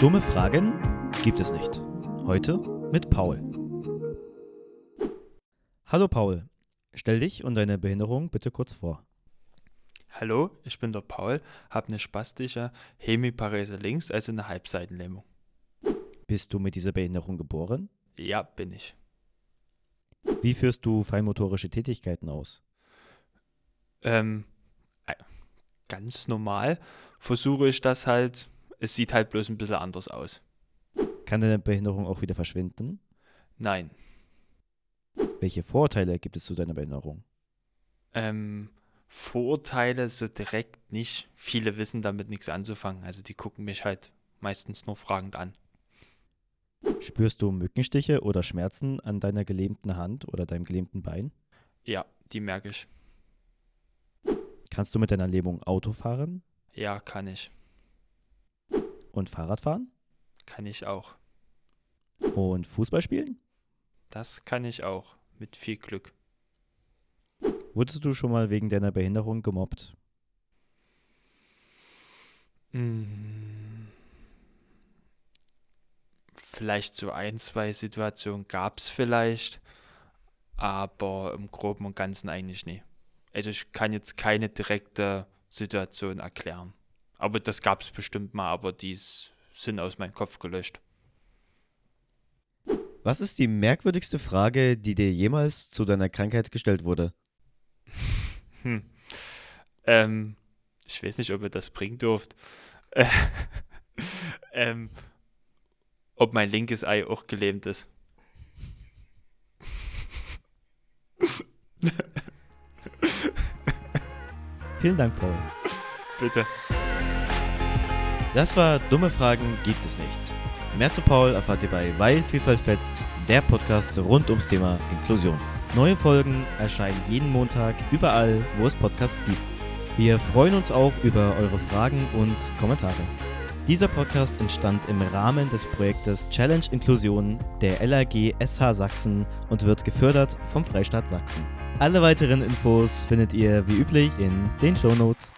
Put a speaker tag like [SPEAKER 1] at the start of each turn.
[SPEAKER 1] Dumme Fragen gibt es nicht. Heute mit Paul. Hallo Paul, stell dich und deine Behinderung bitte kurz vor.
[SPEAKER 2] Hallo, ich bin der Paul, habe eine spastische Hemiparese links, also eine Halbseitenlähmung.
[SPEAKER 1] Bist du mit dieser Behinderung geboren?
[SPEAKER 2] Ja, bin ich.
[SPEAKER 1] Wie führst du feinmotorische Tätigkeiten aus?
[SPEAKER 2] Ähm, äh, ganz normal versuche ich das halt. Es sieht halt bloß ein bisschen anders aus.
[SPEAKER 1] Kann deine Behinderung auch wieder verschwinden?
[SPEAKER 2] Nein.
[SPEAKER 1] Welche Vorteile gibt es zu deiner Behinderung?
[SPEAKER 2] Ähm, Vorteile so direkt nicht. Viele wissen damit nichts anzufangen. Also die gucken mich halt meistens nur fragend an.
[SPEAKER 1] Spürst du Mückenstiche oder Schmerzen an deiner gelähmten Hand oder deinem gelähmten Bein?
[SPEAKER 2] Ja, die merke ich.
[SPEAKER 1] Kannst du mit deiner Lähmung Auto fahren
[SPEAKER 2] Ja, kann ich.
[SPEAKER 1] und Fahrrad fahren
[SPEAKER 2] Kann ich auch.
[SPEAKER 1] und Fußball spielen?
[SPEAKER 2] Das kann ich auch. Mit viel Glück.
[SPEAKER 1] Wurdest du schon mal wegen deiner Behinderung gemobbt?
[SPEAKER 2] Mm. Vielleicht so ein, zwei Situationen gab es vielleicht, aber im Groben und Ganzen eigentlich nie. Also ich kann jetzt keine direkte Situation erklären. Aber das gab es bestimmt mal, aber die s- sind aus meinem Kopf gelöscht.
[SPEAKER 3] Was ist die merkwürdigste Frage, die dir jemals zu deiner Krankheit gestellt wurde?
[SPEAKER 2] Hm. Ähm, ich weiß nicht, ob ihr das bringen durft. ähm, ob mein linkes Ei auch gelähmt ist.
[SPEAKER 1] Vielen Dank, Paul.
[SPEAKER 2] Bitte.
[SPEAKER 3] Das war Dumme Fragen gibt es nicht. Mehr zu Paul erfahrt ihr bei Weil Vielfalt fetzt, der Podcast rund ums Thema Inklusion.
[SPEAKER 1] Neue Folgen erscheinen jeden Montag überall, wo es Podcasts gibt. Wir freuen uns auch über eure Fragen und Kommentare. Dieser Podcast entstand im Rahmen des Projektes Challenge Inklusion der LAG SH Sachsen und wird gefördert vom Freistaat Sachsen. Alle weiteren Infos findet ihr wie üblich in den Shownotes.